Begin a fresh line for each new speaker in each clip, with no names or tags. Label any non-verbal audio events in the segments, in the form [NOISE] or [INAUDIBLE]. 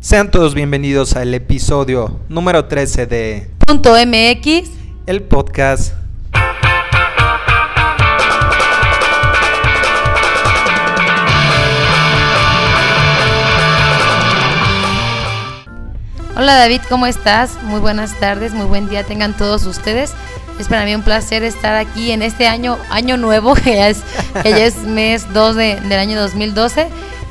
Sean todos bienvenidos al episodio número 13 de
Punto MX.
El Podcast.
Hola David, ¿cómo estás? Muy buenas tardes, muy buen día tengan todos ustedes. Es para mí un placer estar aquí en este año, año nuevo, [LAUGHS] que ya es, que ya es mes 2 de- del año 2012,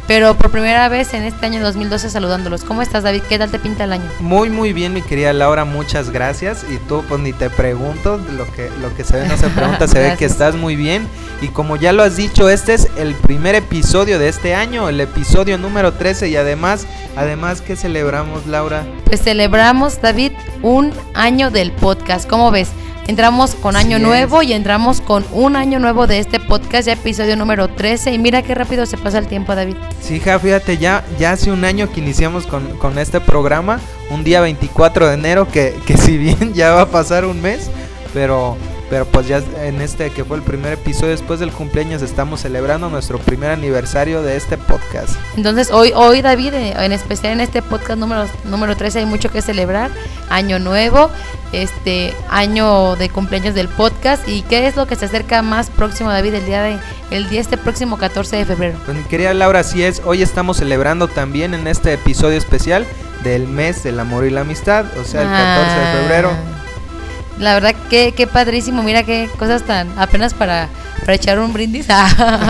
pero por primera vez en este año 2012 saludándolos. ¿Cómo estás David? ¿Qué tal te pinta el año?
Muy muy bien mi querida Laura, muchas gracias. Y tú pues ni te pregunto, lo que, lo que se ve no se pregunta, se ve que
Gracias.
estás muy bien. Y como ya lo has dicho, este es el primer episodio de este año, el episodio número 13 y además, además que celebramos Laura.
Pues celebramos David un año del podcast, ¿cómo ves? Entramos con año
Así es.
nuevo y entramos con un año nuevo de este podcast, ya episodio número 13. Y mira qué rápido se pasa el tiempo, David.
Sí, ja, fíjate, ya, ya hace un año que iniciamos con, con este programa, un día 24 de enero, que, que si bien ya va a pasar un mes, pero, pero pues ya en este que fue el primer episodio después del cumpleaños estamos celebrando nuestro primer aniversario de este podcast.
Entonces hoy, hoy David, eh, en especial en este podcast número, número 13 hay mucho que celebrar. Año nuevo, este año de cumpleaños del podcast. ¿Y qué es lo que se acerca más próximo, David, el día de el día este próximo 14 de febrero?
Pues mi querida Laura, así es, hoy estamos celebrando también en este episodio especial del mes del amor y la amistad, o sea, el 14 de febrero.
Ah, La verdad, que qué padrísimo. Mira qué cosas tan. apenas para, para echar un brindis [LAUGHS]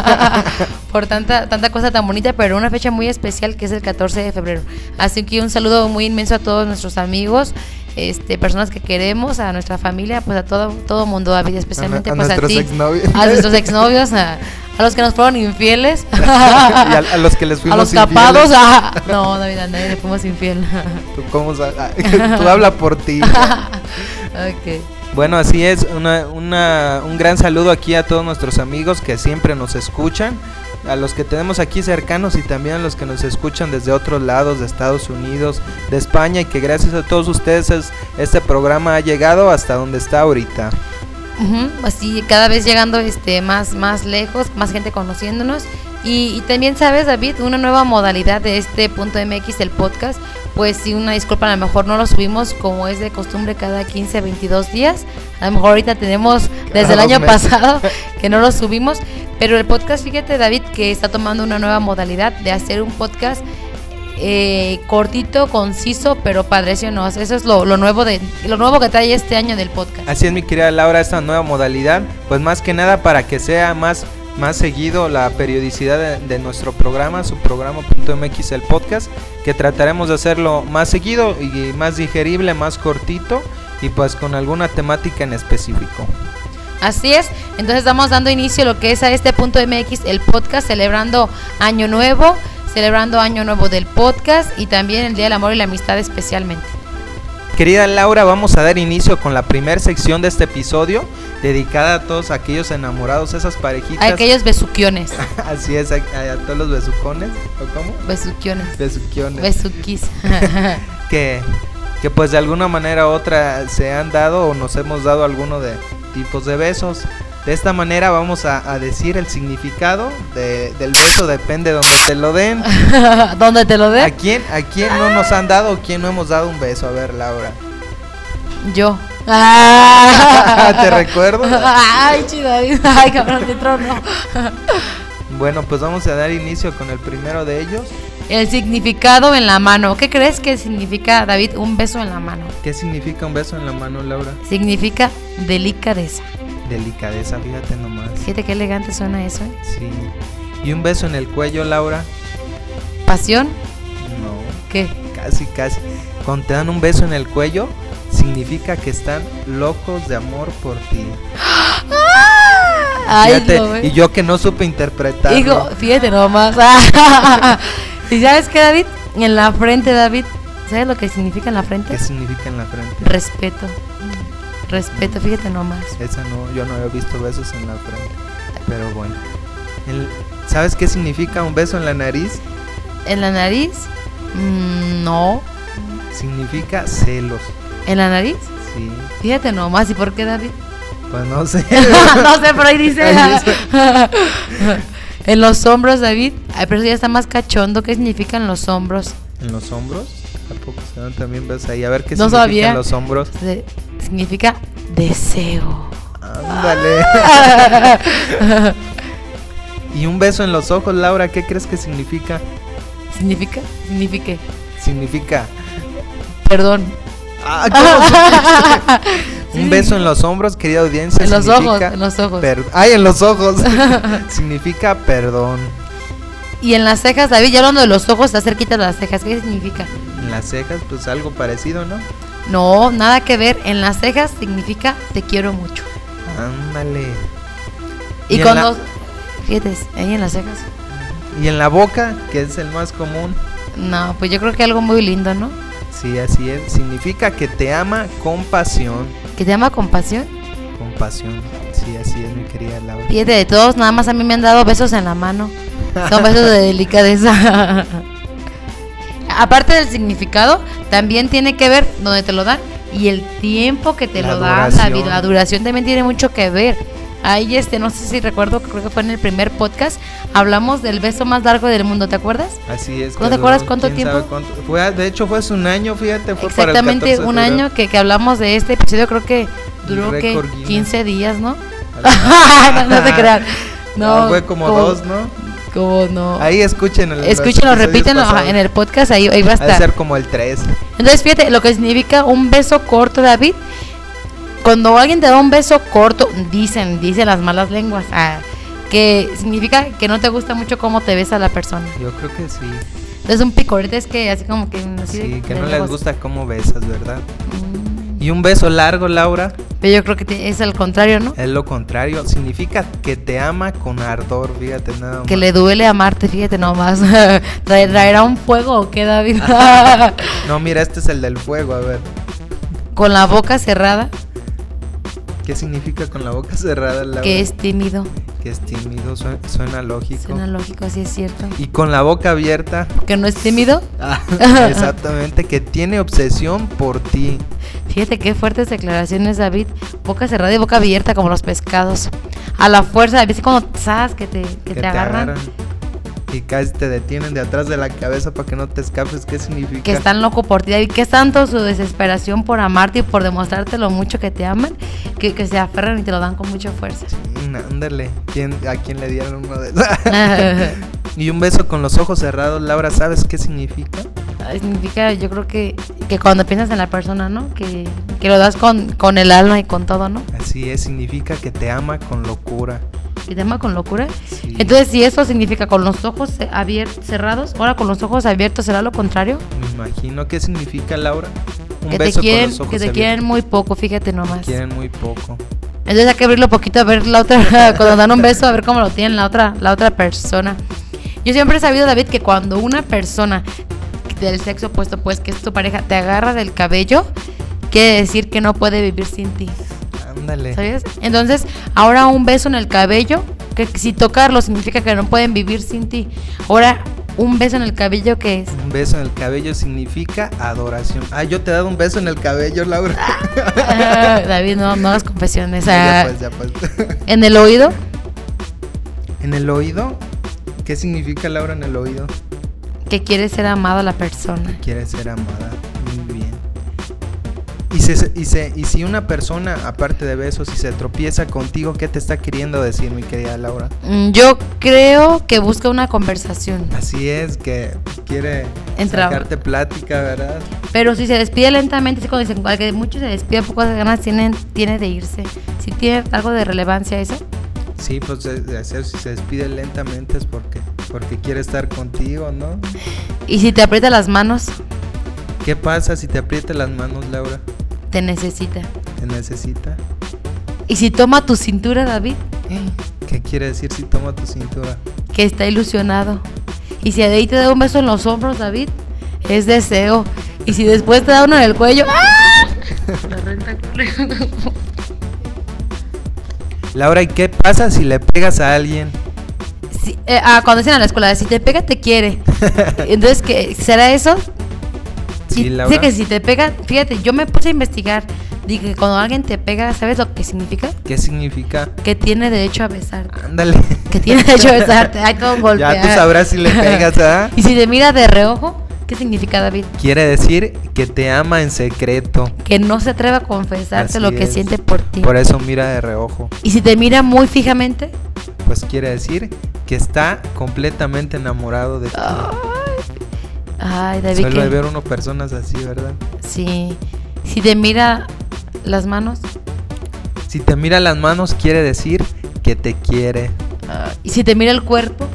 por tanta, tanta cosa tan bonita, pero una fecha muy especial que es el 14 de febrero. Así que un saludo muy inmenso a todos nuestros amigos. Este, personas que queremos, a nuestra familia, pues a todo todo mundo, David, especialmente
a
pues
nuestros
ti,
exnovios. [LAUGHS]
a nuestros exnovios, a, a los que nos fueron infieles,
y a, a los que les
a
fuimos
los
infieles.
capados, a- no, David, a nadie le fuimos infiel.
¿Tú, cómo sa- [LAUGHS] Tú habla por
[LAUGHS]
ti.
ok.
Bueno, así es, una- una- un gran saludo aquí a todos nuestros amigos que siempre nos escuchan, a los que tenemos aquí cercanos y también a los que nos escuchan desde otros lados, de Estados Unidos, de España, y que gracias a todos ustedes es- este programa ha llegado hasta donde está ahorita.
Ujú, así cada vez llegando este más más lejos, más gente conociéndonos y, y también sabes David una nueva modalidad de este punto mx el podcast, pues sí una disculpa a lo mejor no lo subimos como es de costumbre cada 15 22 días, a lo mejor ahorita tenemos desde el
dos
año
meses. [LAUGHS]
pasado que no lo subimos, pero el podcast fíjate David que está tomando una nueva modalidad de hacer un podcast eh, cortito, conciso, pero padre, ¿sí o no? Eso es lo, lo nuevo de lo nuevo que trae este año del podcast.
Así es mi querida Laura, esta nueva modalidad, pues más que nada para que sea más, más seguido la periodicidad de, de nuestro programa, su programa.mx el podcast, que trataremos de hacerlo más seguido y más digerible, más cortito y pues con alguna temática en específico.
Así es, entonces estamos dando inicio a lo que es a este punto MX, el podcast, celebrando Año Nuevo, celebrando Año Nuevo del podcast y también el Día del Amor y la Amistad especialmente.
Querida Laura, vamos a dar inicio con la primera sección de este episodio, dedicada a todos aquellos enamorados, esas
A
parejitas.
aquellos besuquiones,
[LAUGHS] Así es, a, a todos los besucones, ¿o cómo?
besuquiones,
Besuquiones. [LAUGHS]
besuquis.
que, que pues de alguna manera u otra se han dado o nos hemos dado alguno de tipos de besos. De esta manera vamos a, a decir el significado de- del beso, depende de donde te lo den.
¿Dónde te lo
¿A
dé?
quién, ¿A quién no nos han dado o quién no hemos dado un beso? A ver, Laura.
Yo.
[LAUGHS] ¿Te recuerdo?
[LAUGHS] Ay, chido, ay, cabrón, de trono.
Bueno, pues vamos a dar inicio con el primero de ellos.
El significado en la mano. ¿Qué crees que significa, David, un beso en la mano?
¿Qué significa un beso en la mano, Laura?
Significa delicadeza.
Delicadeza, fíjate nomás.
Fíjate qué elegante suena eso, ¿eh?
Sí. ¿Y un beso en el cuello, Laura?
Pasión,
No.
¿qué?
Casi, casi. Cuando te dan un beso en el cuello, significa que están locos de amor por ti.
Ay,
Fíjate,
no,
y
eh.
yo que no supe interpretar.
Hijo, fíjate nomás. [LAUGHS] ¿Y sabes qué, David? En la frente, David. ¿Sabes lo que significa en la frente?
¿Qué significa en la frente?
Respeto. Respeto, fíjate nomás.
Esa no, yo no había visto besos en la frente. Pero bueno. El- ¿Sabes qué significa un beso en la nariz?
En la nariz, mm, no.
Significa celos.
En la nariz,
Sí.
fíjate nomás. ¿Y por qué, David? [LAUGHS]
Pues no sé.
no sé, pero ahí dice.
Ahí dice.
[LAUGHS] en los hombros, David. Ay, pero eso ya está más cachondo. ¿Qué significan los hombros?
en los hombros. Tampoco se dan? también ves ahí. A ver qué
No
significa
sabía.
en los
[LAUGHS]
hombros.
Se- Significa deseo. [LAUGHS]
Ándale. y un beso en los ojos, Laura, ¿qué crees que significa?
[LAUGHS] Significa, signifique.
Significa.
Perdón.
Ah, ¿cómo?
[LAUGHS] Sí,
un beso en los hombros, querida audiencia.
en los ojos,
significa
en los ojos.
per- Ay, en los
[LAUGHS]
ojos. significa perdón.
Y en las cejas, David, ya hablando de los ojos, está cerquita de las cejas. ¿Qué significa?
En las cejas, pues algo parecido, ¿no?
No, nada que ver. En las cejas significa te quiero mucho.
Ándale.
Y,
en
con
la-
los. Fíjate, ahí en las cejas.
Y en la boca, que es el más común.
No, pues yo creo que algo muy lindo, ¿no?
Sí, así es. Significa que te ama con pasión.
Que te llama compasión.
Con pasión. Sí, así es, mi querida Laura.
Fíjate, de todos, nada más a mí me han dado besos en la mano. Son besos de delicadeza. [LAUGHS] Aparte del significado, también tiene que ver donde te lo dan y el tiempo que te
La
lo dan,
duración.
David. La duración también tiene mucho que ver. Ahí, este, no sé si recuerdo, creo que fue en el primer podcast, hablamos del beso más largo del mundo, ¿te acuerdas?
Así es.
¿No
que
te acuerdas
duró,
cuánto
quién
tiempo?
sabe cuánto. Fue, de hecho, fue hace un año, fíjate. Fue para el
Exactamente
14 de
un
febrero.
año que, que hablamos de este episodio, creo que duró que
récord Guinness.
15 días, ¿no?
Ah,
[LAUGHS] no, no
[LAUGHS]
se crean. No,
fue como, dos, ¿no?
Como no.
Ahí escuchen el.
Escúchenlo, repítenlo ajá, en
el.
el podcast, ahí, ahí va a
Ha de
estar.
ser como el 3.
Entonces, fíjate, lo que significa un beso corto, David. Cuando alguien te da un beso corto, dicen, dicen las malas lenguas, ah, que significa que no te gusta mucho cómo te besa la persona.
Yo creo que sí.
Entonces, un picorete es que así como que... así de-
Sí, que
de
no les
lejos.
gusta cómo besas, ¿verdad?
Mm.
Y un beso largo, Laura,
Pero yo creo que te- es al contrario, ¿no?
es lo contrario. Significa que te ama con ardor, fíjate nada más.
Que le duele amarte, fíjate nomás. [LAUGHS] Trae- ¿Traerá un fuego o qué, David? [LAUGHS]
No, mira, este es el del fuego, a ver.
Con la boca cerrada,
¿Qué significa con la boca cerrada, Laura?
que es tímido.
Que es tímido, sue- suena, lógico.
Suena lógico, así es cierto.
Y con la boca
[LAUGHS]
abierta.
Que no es tímido.
Ah, exactamente, que tiene obsesión por ti.
Fíjate qué fuertes declaraciones, David. Boca cerrada y boca abierta como los pescados. A la fuerza, a veces cuando sabes que te, que te agarran,
Y casi te detienen de atrás de la cabeza para que no te escapes. ¿Qué significa?
que están loco por ti, David. Que es tanto su desesperación por amarte y por demostrarte lo mucho que te aman, que, que se aferran y te lo dan con mucha [LAUGHS] fuerza.
Mm, Ándale, ¿Quién, ¿a quién le dieron uno de
[LAUGHS]
Y un beso con los ojos cerrados, Laura, ¿sabes qué significa?
Significa, yo creo que, que cuando piensas en la persona, ¿no? Que, que lo das con, con el alma y con todo, ¿no?
Así es, significa que te ama con locura.
Que te ama con locura.
Sí.
Entonces, si eso significa con los ojos abiertos, cerrados, ahora con los ojos abiertos será lo contrario.
Me imagino, ¿qué significa, Laura? Un
que te
beso
quieren,
con los ojos
que te
abiertos.
quieren muy poco, fíjate nomás.
Quieren muy poco.
Entonces hay que abrirlo poquito a ver la otra, [LAUGHS] cuando dan un beso, a ver cómo lo tiene la otra, la otra persona. Yo siempre he sabido, David, que cuando una persona del sexo opuesto, pues que es tu pareja, te agarra del cabello, quiere decir que no puede vivir sin ti.
Ándale.
¿Sabías? Entonces, ahora un beso en el cabello, que si tocarlo significa que no pueden vivir sin ti. Ahora, un beso en el cabello, que es?
[LAUGHS] Un beso en el cabello significa adoración. Ah, yo te he dado un beso en el cabello, Laura.
Ah, David, no, no hagas confesiones.
[LAUGHS] Ya
ah.
pues, ya pues. [LAUGHS]
en el oído,
¿En el oído? ¿Qué significa, Laura, en el oído?
que quiere ser amado la persona.
Quiere ser amada. Muy bien. Y, se- y, se- y si una persona, aparte de besos, si se tropieza contigo, ¿qué te está queriendo decir, mi querida Laura?
Mm, Yo creo que busca una conversación.
Así es, que quiere
Entra.
sacarte plática, ¿verdad?
Pero si se despide lentamente, así como dicen, al que muchos se despide, pocas ganas tienen, tiene de irse. Si tiene algo de relevancia eso.
Sí, pues de- de hacer- si se despide lentamente es porque, porque quiere estar contigo, ¿no?
Y si te aprieta las manos,
¿Qué pasa si te aprieta las manos, Laura?
te necesita.
¿Te necesita?
Y si toma tu cintura, David,
¿Qué quiere decir si toma tu cintura?
que está ilusionado. Y si de ahí te da un beso en los hombros, David, es deseo. Y si después te da uno en el cuello, ¡ah!
Laura, ¿y qué pasa si le pegas a alguien?
Sí, eh, ah, cuando dicen a la escuela, si te pega, te
[LAUGHS]
quiere. Entonces, ¿qué, ¿será eso?
Sí,
Y
Laura.
dice que si te pega, fíjate, yo me puse a investigar. Dije que cuando alguien te pega, ¿sabes lo que significa?
¿Qué significa?
Que tiene derecho a besarte.
Ándale. [LAUGHS]
Que tiene derecho a besarte. Hay todo un golpe.
Ya tú
ah. [LAUGHS]
sabrás si le pegas, ¿ah?
Y si te mira de reojo, ¿Qué significa David?
Quiere decir que te ama en secreto.
Que no se atreva a confesarte
Así
lo que
es.
siente por ti.
Por eso mira de reojo.
Y si te mira muy fijamente,
Pues quiere decir que está completamente enamorado de ti.
ay, David,
Suele
Ah, que-
ver uno personas así, ¿verdad?
sí. Si te mira las manos,
Si te mira las manos, quiere decir que te quiere.
ah, y si te mira el cuerpo,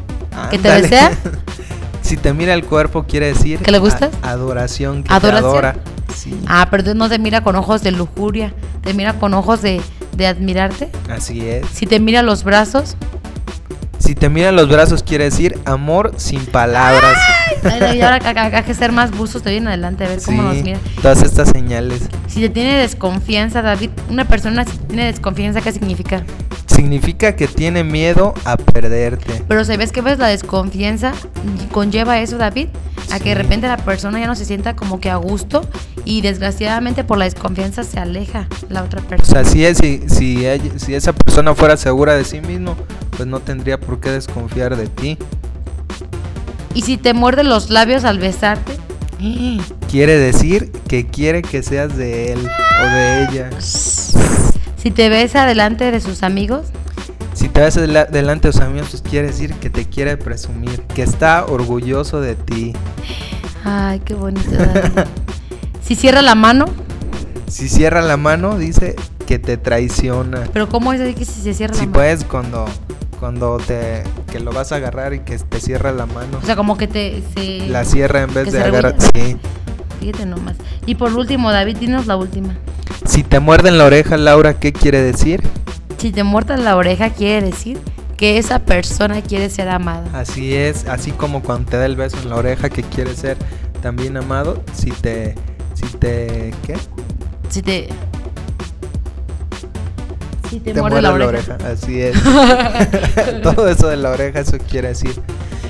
que te
Ah, Ándale.
desea,
[LAUGHS] si te mira el cuerpo, quiere decir.
¿Que le gustas?
a- adoración, que
¿Adoración?
te adora. Sí.
ah, pero entonces no te mira con ojos de lujuria, te mira con ojos de, de admirarte.
Así es.
Si te mira los brazos,
Si te mira los brazos, quiere decir amor sin palabras.
ay, David, ahora acá- acá hay que ser más buzos de hoy en adelante, a ver cómo nos
Sí,
mira.
todas estas señales.
Si te tiene desconfianza, David, una persona si tiene desconfianza, ¿qué significa?
Significa que tiene miedo a perderte.
Pero sabes que ves la desconfianza conlleva eso, David, a que de
Sí.
repente la persona ya no se sienta como que a gusto y desgraciadamente por la desconfianza se aleja la otra
O sea,
persona.
si, es, si, si, hay- si esa persona fuera segura de sí mismo, pues no tendría por qué desconfiar de ti.
Y si te muerde los labios al besarte,
Quiere decir que quiere que seas de él o de ella.
si te besa delante de sus amigos,
Si te ves dela- delante de sus amigos, pues quiere decir que te quiere presumir, que está orgulloso de ti.
ay, qué bonito.
[LAUGHS]
David. si cierra la mano,
Si cierra la mano, dice que te traiciona.
pero ¿cómo es así que si se cierra
Si
la mano?
puedes, cuando, cuando te que lo vas a agarrar y que te cierra la mano,
O sea, como que te... Se...
la cierra en
que
vez de
se
agarrar. Sí.
Fíjate nomás. Y por último, David, dinos la última.
Si te muerden la oreja, Laura, ¿qué quiere decir?
Si te muertas la oreja, quiere decir que esa persona quiere ser amada.
Así es, así como cuando te da el beso en la oreja que quiere ser también amado, si te si te ¿qué?
Si te. Si te,
te
muerde la
muerde
oreja.
Así es.
[LAUGHS]
[LAUGHS] Todo eso de la oreja, eso quiere decir.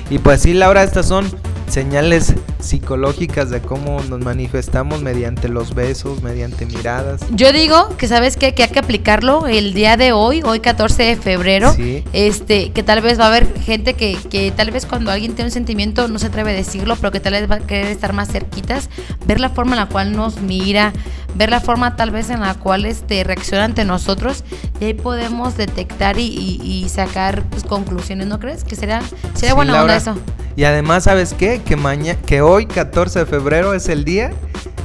Y pues sí, Laura, estas son señales psicológicas de cómo nos manifestamos mediante los besos, mediante miradas.
Yo digo que, ¿sabes qué? Que hay que aplicarlo el día de hoy, hoy 14 de febrero.
Sí.
Este, que tal vez va a haber gente que, que tal vez cuando alguien tiene un sentimiento no se atreve a decirlo, pero que tal vez va a querer estar más cerquitas, ver la forma en la cual nos mira, ver la forma tal vez en la cual este, reacciona ante nosotros, y ahí podemos detectar y, y- y sacar pues, conclusiones, ¿no crees? Que sería, sería
Sí,
buena
Laura.
onda eso.
Y además, ¿sabes qué? Que mañana que hoy 14 de febrero es el día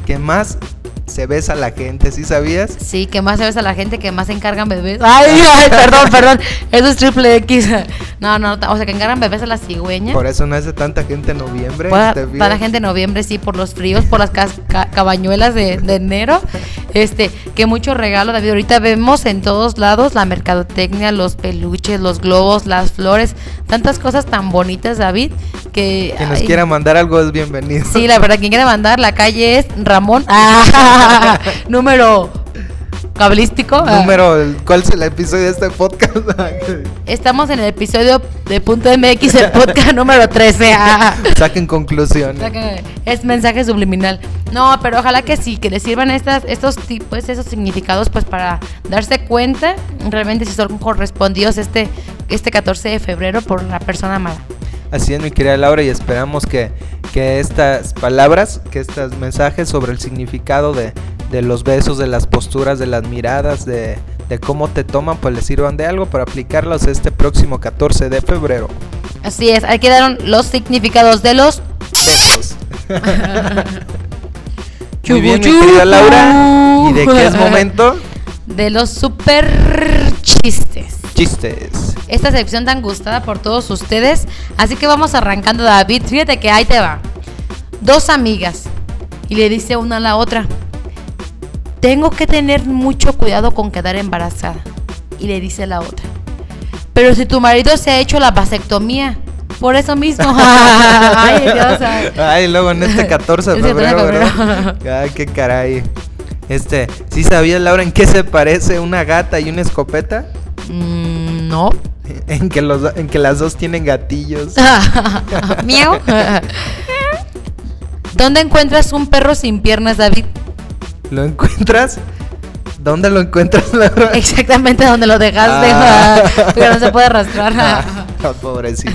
que más se besa la gente, ¿sí sabías?
Sí, que más sabes a la gente que más se encargan bebés. Ay, ay, [LAUGHS] perdón, perdón. Eso es triple X. No, no, o sea, que encargan bebés a la cigüeña.
Por eso no hace tanta gente en noviembre. este
Para,
te
para la
fijas.
gente de noviembre, sí, por los fríos, por las cas- ca- cabañuelas de, de enero. Este, que mucho regalo, David. Ahorita vemos en todos lados la mercadotecnia, los peluches, los globos, las flores. Tantas cosas tan bonitas, David, que...
Quien nos
ay,
quiera mandar algo es bienvenido.
Sí, la verdad, quien quiera mandar, la calle es Ramón. Ah, [LAUGHS] número cabalístico. ah.
Número, ¿cuál es el episodio de este podcast? [LAUGHS]
Estamos en el episodio de Punto MX, el podcast
[LAUGHS]
número 13. ah.
Saquen
O
conclusiones.
sea que es mensaje subliminal. No, pero ojalá que sí, que les sirvan estas, estos tipos, esos significados, pues para darse cuenta realmente si son correspondidos este, este 14 de febrero por la persona amada.
Así es, mi querida Laura, y esperamos que, que estas palabras, que estos mensajes sobre el significado de, de los besos, de las posturas, de las miradas, de, de cómo te toman, pues les sirvan de algo para aplicarlos este próximo 14 de febrero.
Así es, ahí quedaron los significados de los
Besos. Muy bien, mi querida Laura. ¿Y de qué es momento?
de los super chistes.
Chistes.
Esta sección tan gustada por todos ustedes. Así que vamos arrancando, David. Fíjate que ahí te va. Dos amigas. Y le dice una a la otra. Tengo que tener mucho cuidado con quedar embarazada. Y le dice la otra. Pero si tu marido se ha hecho la vasectomía. Por eso mismo. Ay,
[LAUGHS]
Dios. ay.
Ay, luego en este 14 de
Ese 14 de
febrero,
febrero.
¿verdad? Ay, qué caray. Este, ¿sí sabías, Laura, en qué se parece una gata y una escopeta? [LAUGHS]
Mm, no. [LAUGHS]
En que, los, do- en que las dos tienen gatillos.
Miau. ¿Dónde encuentras un perro sin piernas, David?
¿Lo encuentras? ¿Dónde lo encuentras, [LAUGHS] Laura?
[LAUGHS] Exactamente donde lo dejaste,
Ah.
[LAUGHS]
[LAUGHS]
pero no se puede arrastrar.
Ah, pobrecito.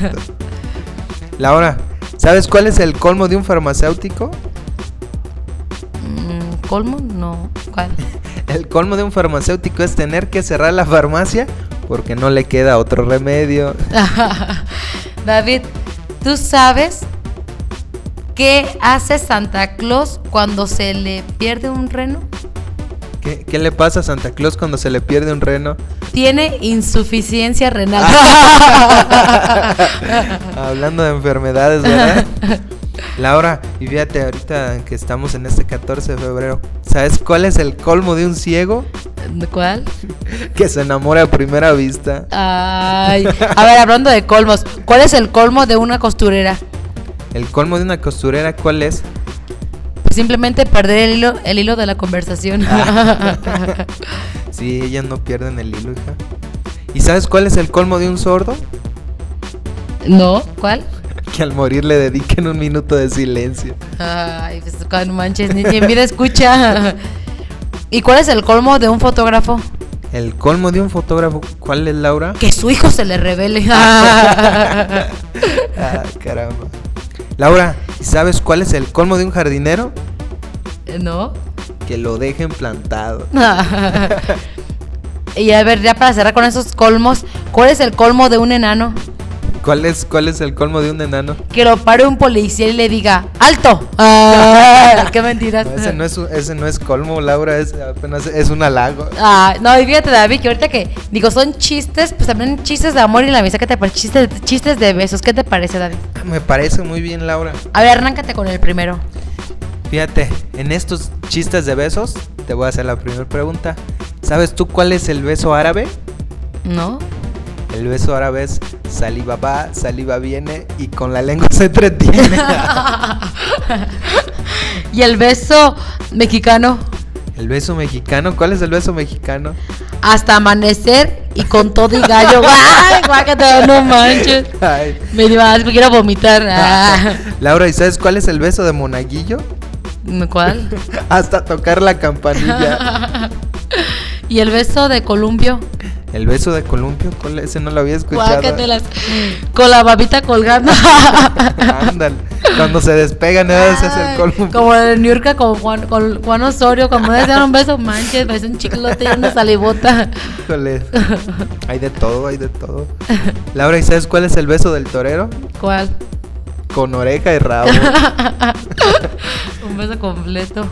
Laura, ¿Sabes cuál es el colmo de un farmacéutico?
Mm, ¿Colmo? No. ¿Cuál?
El colmo de un farmacéutico es tener que cerrar la farmacia porque no le queda otro remedio.
David, ¿tú sabes qué hace Santa Claus cuando se le pierde un reno?
¿Qué, qué le pasa a Santa Claus cuando se le pierde un reno?
Tiene insuficiencia renal.
[LAUGHS] Hablando de enfermedades, ¿verdad? Laura, y fíjate ahorita que estamos en este 14 de febrero, ¿sabes cuál es el colmo de un ciego?
¿Cuál?
Que se enamora a primera vista.
Ay, a ver, hablando de colmos, ¿cuál es el colmo de una costurera?
¿El colmo de una costurera cuál es?
Pues simplemente perder el hilo, el hilo de la conversación. [LAUGHS]
Sí, ellas no pierden el hilo, hija. ¿Y sabes cuál es el colmo de un sordo?
¿No? ¿Cuál?
Que al morir le dediquen un minuto de silencio.
Ay, pues cuando manches, ni ni en vida escucha. ¿Y cuál es el colmo de un fotógrafo?
¿El colmo de un fotógrafo cuál es, Laura?
Que su hijo se le
[LAUGHS]
revele. [LAUGHS]
Ah, caramba. Laura, ¿y sabes cuál es el colmo de un jardinero?
¿No? [LAUGHS]
Que lo dejen plantado.
y a ver, ya para cerrar con esos colmos, ¿cuál es el colmo de un enano?
¿Cuál es, cuál es el colmo de un enano?
Que lo pare un policía y le diga, ¡alto! Ay, [LAUGHS] ¡Qué mentiras!
Ah. No, ese, no es, un- ese no es colmo, Laura, es apenas es un halago.
Ah, no, y fíjate, David, que ahorita que digo, son chistes, pues también chistes de amor y la amistad, ¿qué te parece? Chistes, chistes de besos, ¿qué te parece, David?
Me parece muy bien, Laura.
A ver, arráncate con el primero.
Fíjate, en estos chistes de besos, te voy a hacer la primera pregunta. ¿Sabes tú cuál es el beso árabe?
¿No?
El beso árabe es saliva va, saliva viene y con la lengua se
[LAUGHS]
entretiene.
[LAUGHS] y el beso mexicano,
el beso mexicano, ¿cuál es el beso mexicano?
hasta amanecer y con todo y gallo. ¡Ay, guácate, no manches!
[LAUGHS] Ay.
Me dio asco, quiero vomitar. Ah.
Laura, ¿y sabes cuál es el beso de monaguillo?
¿Cuál?
Hasta tocar la campanilla.
[LAUGHS] y el beso de Columbio.
El beso de columpio, ¿cuál? ese no lo había escuchado.
Guácatelas. Con la babita colgando.
[LAUGHS] Ándale. Cuando se despegan, ¿eh? ese es el
Ay,
columpio.
Como de New York con Juan, con Juan Osorio, cuando le dan un beso, manches, parece un chiclote y una salivota. [LAUGHS]
Híjole. Hay de todo, hay de todo. Laura, ¿y sabes cuál es el beso del torero?
¿Cuál?
Con oreja y rabo.
[LAUGHS] Un beso completo.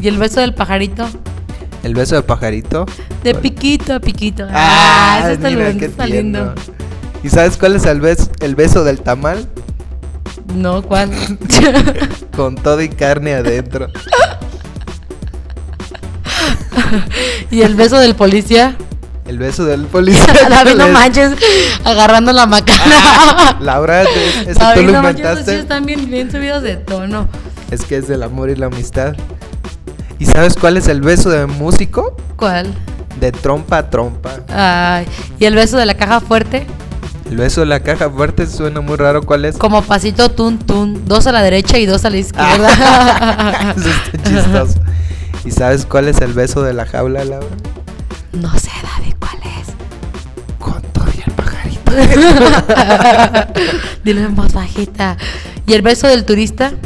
Y el beso del pajarito.
El beso del pajarito.
De
¿Cuál?
piquito a piquito. Ah,
Ah,
eso está,
mira,
lindo,
qué
está lindo.
tierno. ¿Y sabes cuál es el beso, el beso del tamal?
No, ¿cuál? [LAUGHS]
Con todo y carne adentro.
y el beso del
[LAUGHS]
policía.
El beso del policía.
[LAUGHS] David, no
[LAUGHS] Les-
manches, agarrando la macana.
[LAUGHS] Ah,
[LAUGHS]
Laura, es- ese
David,
tú lo
no manches, esos sí
inventaste.
están bien, bien subidos de tono.
Es que es del amor y la amistad. ¿Y sabes cuál es el beso de músico?
¿Cuál?
De trompa a trompa.
Ay, y el beso de la caja fuerte.
El beso de la caja fuerte suena muy raro. ¿Cuál es?
Como pasito tun tun, dos a la derecha y dos a la
[LAUGHS]
izquierda.
[LAUGHS] Eso está chistoso. ¿Y sabes cuál es el beso de la jaula, Laura?
[LAUGHS] no sé, David, ¿cuál es?
Con todo y el pajarito.
[LAUGHS] Dilo en voz bajita. Y el beso del turista,
[LAUGHS]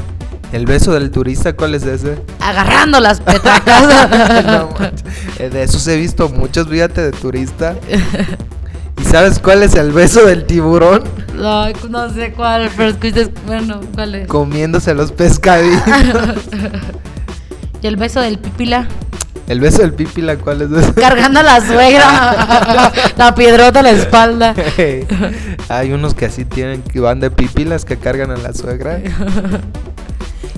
¿El beso del turista cuál es ese?
agarrando las
[LAUGHS] No,
petacas.
manches. [LAUGHS] Eh, de esos he visto muchos, fíjate, de turista. ¿Y sabes cuál es el beso del tiburón?
no, pues no sé cuál, pero escuchas, bueno, ¿cuál es?
Comiéndose los [LAUGHS] pescaditos.
y el beso del pipila,
¿El beso del pipila cuál es ese?
cargando a la suegra, la piedrota a la espalda.
Hey, [LAUGHS] Hay unos que así tienen, que van de pipilas que cargan a la suegra.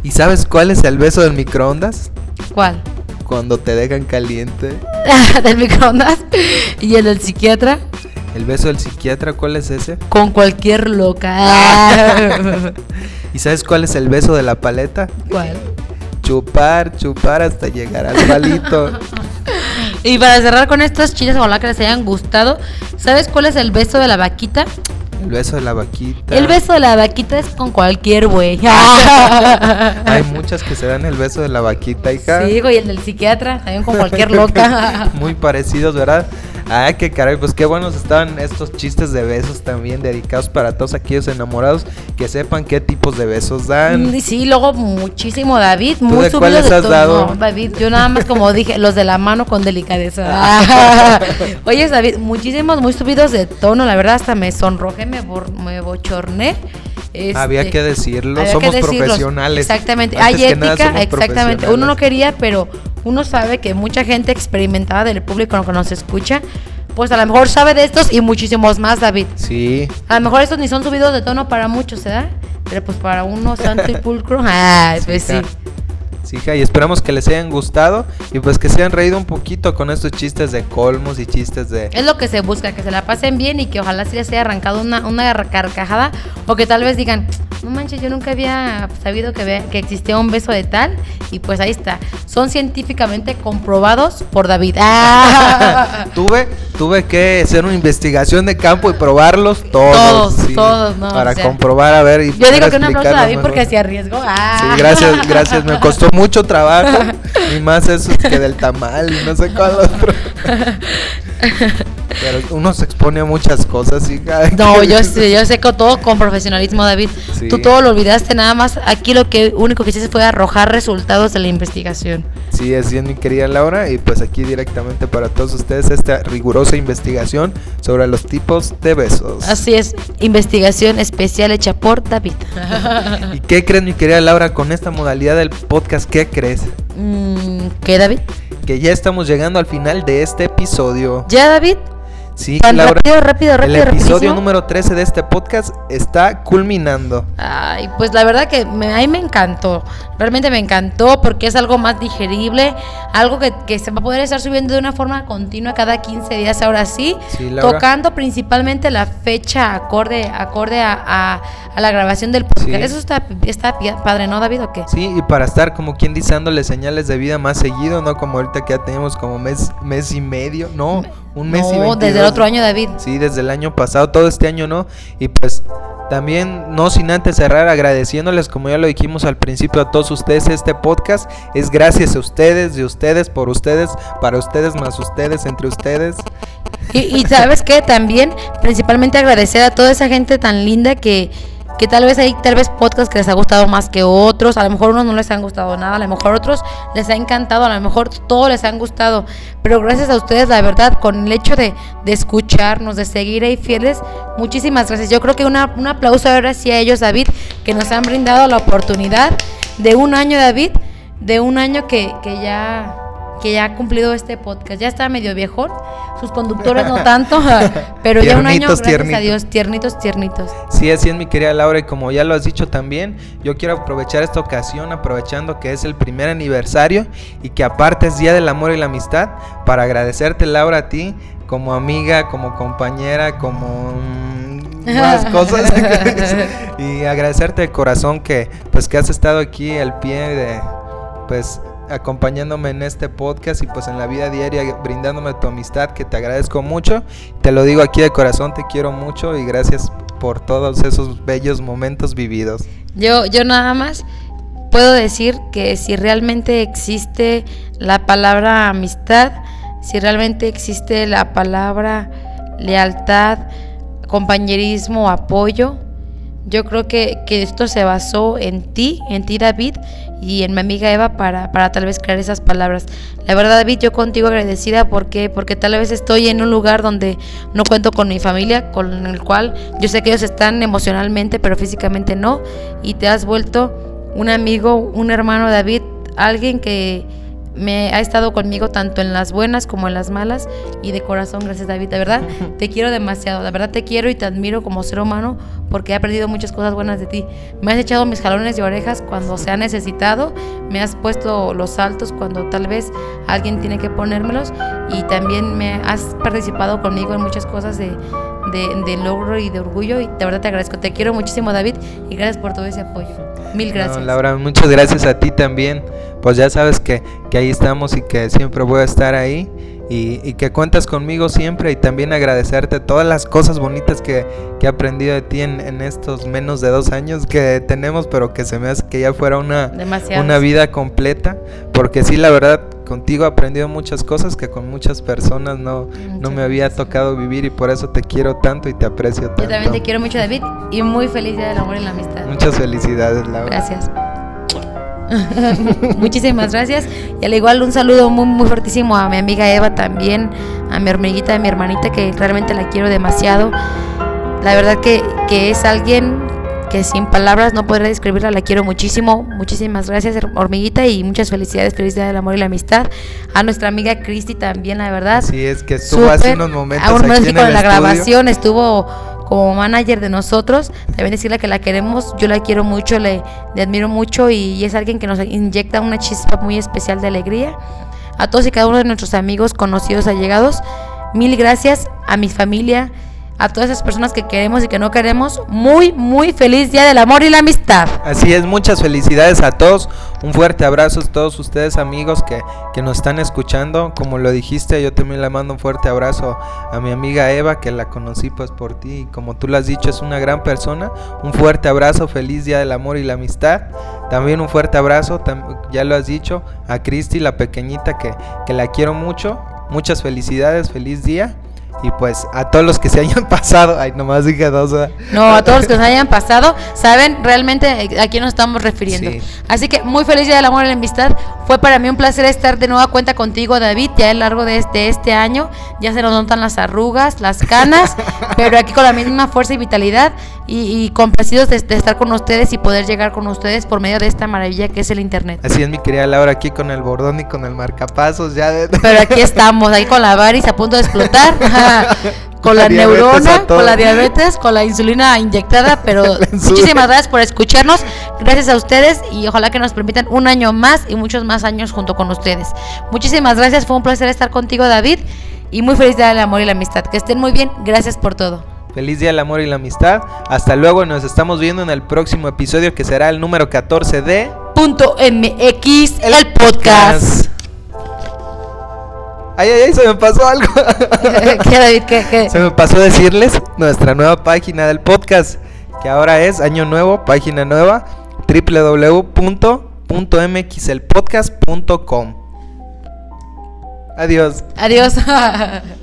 ¿Y sabes cuál es el beso del microondas?
¿Cuál? [LAUGHS]
Cuando te dejan caliente.
del microondas. Y el del psiquiatra,
¿El beso del psiquiatra cuál es ese?
con cualquier loca.
¿Y sabes cuál es el beso de la paleta?
¿Cuál?
Chupar, chupar hasta llegar al palito.
[LAUGHS] Y para cerrar con estos chiles, ojalá que les hayan gustado. ¿Sabes cuál es el beso de la vaquita?
El beso de la vaquita.
El beso de la vaquita es con cualquier
[LAUGHS]
güey.
Hay muchas que se dan el beso de la vaquita, hija. [LAUGHS]
Sí, güey, el del psiquiatra, también con cualquier loca.
Muy parecidos, ¿verdad? Ah, qué caray, pues qué buenos estaban estos chistes de besos también dedicados para todos aquellos enamorados que sepan qué tipos de besos dan.
Y [LAUGHS] sí, luego muchísimo, David. muy
de
subido
cuáles has
tono.
dado?
No, David, yo nada más como dije, los de la mano con
[LAUGHS]
delicadeza. [LAUGHS] Oye, David, muchísimos, muy subidos de tono. La verdad, hasta me sonrojé, me, bor- me bochorné. Este,
Había que decirlo,
había que
somos
decirlos.
profesionales.
Exactamente.
Antes
Hay
que nada,
ética,
somos
exactamente. Uno no
profesionales.
quería, pero uno sabe que mucha gente experimentada del público que nos escucha, pues a lo mejor sabe de estos y muchísimos más, David.
Sí,
A lo mejor estos ni son subidos de tono para muchos, ¿verdad? Pero pues para uno santo y pulcro, [LAUGHS] ah, pues sí.
ja. sí, ja, y esperamos que les hayan gustado y pues que se hayan reído un poquito con estos chistes de colmos y chistes de...
Es lo que se busca, que se la pasen bien y que ojalá sí les haya arrancado una, una carcajada o que tal vez digan, no manches, yo nunca había sabido que, había- que existía un beso de tal y pues ahí está. Son científicamente comprobados por David.
[LAUGHS]
[LAUGHS] ¡Ah!
tuve, tuve que hacer una investigación de campo y probarlos todos.
Todos, todos, no,
Para
o sea,
comprobar, a ver. Y
yo digo
poder
que un aplauso a
explicarlo
David
mejor.
porque se arriesgó. ¡Ah!
Sí, gracias, gracias. Me
[LAUGHS]
costó mucho trabajo. Y más eso que del tamal y no sé cuál
[LAUGHS]
otro. Pero uno se expone a muchas cosas y cada [LAUGHS]
No,
que-
yo sé, yo sé que todo con profesionalismo, David.
Sí.
Tú todo lo olvidaste, nada más. Aquí lo que único que hiciste fue arrojar resultados de la investigación.
Sí, así es mi querida Laura. Y pues aquí directamente para todos ustedes esta rigurosa investigación sobre los tipos de besos.
Así es, investigación especial hecha
[LAUGHS]
por David.
¿Y qué crees, mi querida Laura, con esta modalidad del podcast? ¿Qué crees?
Mm, ¿Qué, David?
que ya estamos llegando al final de este episodio.
¿Ya, David?
Sí,
Tan
Laura.
rápido, rápido,
El
rápido,
episodio
rapidísimo.
número 13 de este podcast está culminando.
Ay, pues la verdad que me, a mí me encantó. Realmente me encantó porque es algo más digerible, algo que, que se va a poder estar subiendo de una forma continua cada 15 días ahora sí,
Sí, Laura.
tocando principalmente la fecha acorde acorde a, a- a la grabación del podcast.
Sí.
Eso está, está pi- padre, ¿no, David, o qué?
Sí, y para estar como quien dice dándole señales de vida más seguido, no como ahorita que ya tenemos como mes, mes y medio, no, un mes y
no,
22.
desde el otro año, David.
Sí, desde el año pasado, todo este año no. Y pues también, no sin antes cerrar, agradeciéndoles, como ya lo dijimos al principio, a todos ustedes este podcast. Es gracias a ustedes, de ustedes, por ustedes, para ustedes, más ustedes, entre ustedes.
Y, y sabes qué, también principalmente agradecer a toda esa gente tan linda que, que tal vez hay tal vez podcasts que les ha gustado más que otros, a lo mejor unos no les han gustado nada, a lo mejor otros les ha encantado, a lo mejor todos les han gustado, pero gracias a ustedes, la verdad, con el hecho de, de escucharnos, de seguir ahí fieles, muchísimas gracias. Yo creo que una, un aplauso ahora sí a ellos, David, que nos han brindado la oportunidad de un año, David, de un año que, que ya que ya ha cumplido este podcast. Ya está medio viejón, sus conductores no tanto, [LAUGHS] pero ya un año,
Tiernitos,
gracias
tiernitos.
a Dios, tiernitos, tiernitos.
Sí, así es mi querida Laura y como ya lo has dicho también, yo quiero aprovechar esta ocasión, aprovechando que es el primer aniversario y que aparte es Día del Amor y la Amistad, para agradecerte Laura a ti como amiga, como compañera, como mm, más cosas y agradecerte de corazón que pues que has estado aquí al pie de pues acompañándome en este podcast y pues en la vida diaria brindándome tu amistad que te agradezco mucho te lo digo aquí de corazón, te quiero mucho y gracias por todos esos bellos momentos vividos.
Yo, yo nada más puedo decir que si realmente existe la palabra amistad, si realmente existe la palabra lealtad, compañerismo, apoyo, yo creo que, que esto se basó en ti, en ti David y en mi amiga Eva para, para tal vez crear esas palabras. La verdad David, yo contigo agradecida porque, porque tal vez estoy en un lugar donde no cuento con mi familia, con el cual yo sé que ellos están emocionalmente pero físicamente no y te has vuelto un amigo, un hermano David, alguien que me ha estado conmigo tanto en las buenas como en las malas y de corazón gracias David, de verdad te quiero demasiado, de verdad te quiero y te admiro como ser humano porque he aprendido muchas cosas buenas de ti. Me has echado mis jalones de orejas cuando se ha necesitado, me has puesto los saltos cuando tal vez alguien tiene que ponérmelos y también me has participado conmigo en muchas cosas de, de, de logro y de orgullo y de verdad te agradezco, te quiero muchísimo David y gracias por todo ese apoyo. Mil gracias.
No, Laura, muchas gracias a ti también. Pues ya sabes que, que ahí estamos y que siempre voy a estar ahí y, y que cuentas conmigo siempre y también agradecerte todas las cosas bonitas que, que he aprendido de ti en, en estos menos de dos años que tenemos, pero que se me hace que ya fuera una,
Demasiado.
una vida completa, porque sí, la verdad, contigo he aprendido muchas cosas que con muchas personas no, no
Muchas
me había tocado vivir y por eso te quiero tanto y te aprecio tanto.
Yo también te quiero mucho, David, y muy feliz día del amor y la amistad.
Muchas felicidades, Laura.
Gracias. Muchísimas gracias. Y al igual un saludo muy muy fuertísimo a mi amiga Eva también, a mi hormiguita, a mi hermanita que realmente la quiero demasiado. La verdad que, que es alguien que sin palabras no podré describirla, la quiero muchísimo. Muchísimas gracias her- hormiguita y muchas felicidades, feliz día del amor y la amistad. A nuestra amiga Cristi también, la verdad.
Sí, es que estuvo hace
Súper.
unos momentos
Ah, un
aquí
momento
en
con
el
la
estudio.
grabación estuvo como manager de nosotros. También decirle que la queremos, yo la quiero mucho, le, le admiro mucho y es alguien que nos inyecta una chispa muy especial de alegría. A todos y cada uno de nuestros amigos, conocidos, allegados, mil gracias a mi familia, a todas esas personas que queremos y que no queremos. Muy, muy feliz Día del Amor y la Amistad.
Así es, muchas felicidades a todos. Un fuerte abrazo a todos ustedes amigos que, que nos están escuchando. Como lo dijiste, yo también le mando un fuerte abrazo a mi amiga Eva, que la conocí pues por ti. Y como tú lo has dicho, es una gran persona. Un fuerte abrazo, feliz día del amor y la amistad. También un fuerte abrazo, tam- ya lo has dicho, a Cristi, la pequeñita, que, que la quiero mucho. Muchas felicidades, feliz día. Y pues a todos los que se hayan [LAUGHS] pasado, ay, nomás dije dos. ¿verdad?
No, a todos los que nos hayan pasado, saben realmente eh, a quién nos estamos refiriendo.
Sí.
Así que muy feliz Día del Amor y la Amistad. Fue para mí un placer estar de nueva cuenta contigo, David, ya a lo largo de este, este año. Ya se nos notan las arrugas, las canas, pero aquí con la misma fuerza y vitalidad y, y complacidos de, de estar con ustedes y poder llegar con ustedes por medio de esta maravilla que es el Internet.
Así es, mi querida Laura, aquí con el bordón y con el marcapasos ya de... [LAUGHS]
Pero aquí estamos, ahí con la varis a punto de explotar. Con la,
La diabetes a
neurona,
todo.
con la diabetes, con la insulina inyectada, pero
[LAUGHS] La insulina.
muchísimas gracias por escucharnos, gracias a ustedes y ojalá que nos permitan un año más y muchos más años junto con ustedes. Muchísimas gracias, fue un placer estar contigo David y muy feliz día del amor y la amistad. Que estén muy bien, gracias por todo.
Feliz día del amor y la amistad. Hasta luego, nos estamos viendo en el próximo episodio que será el número 14 de...
Punto MX, el podcast.
Ay, ay, ay, se me pasó algo.
¿Qué, David? ¿Qué, [LAUGHS] qué?
se me pasó decirles nuestra nueva página del podcast, que ahora es Año Nuevo, página nueva, www.mxelpodcast.com. Adiós.
Adiós. [LAUGHS]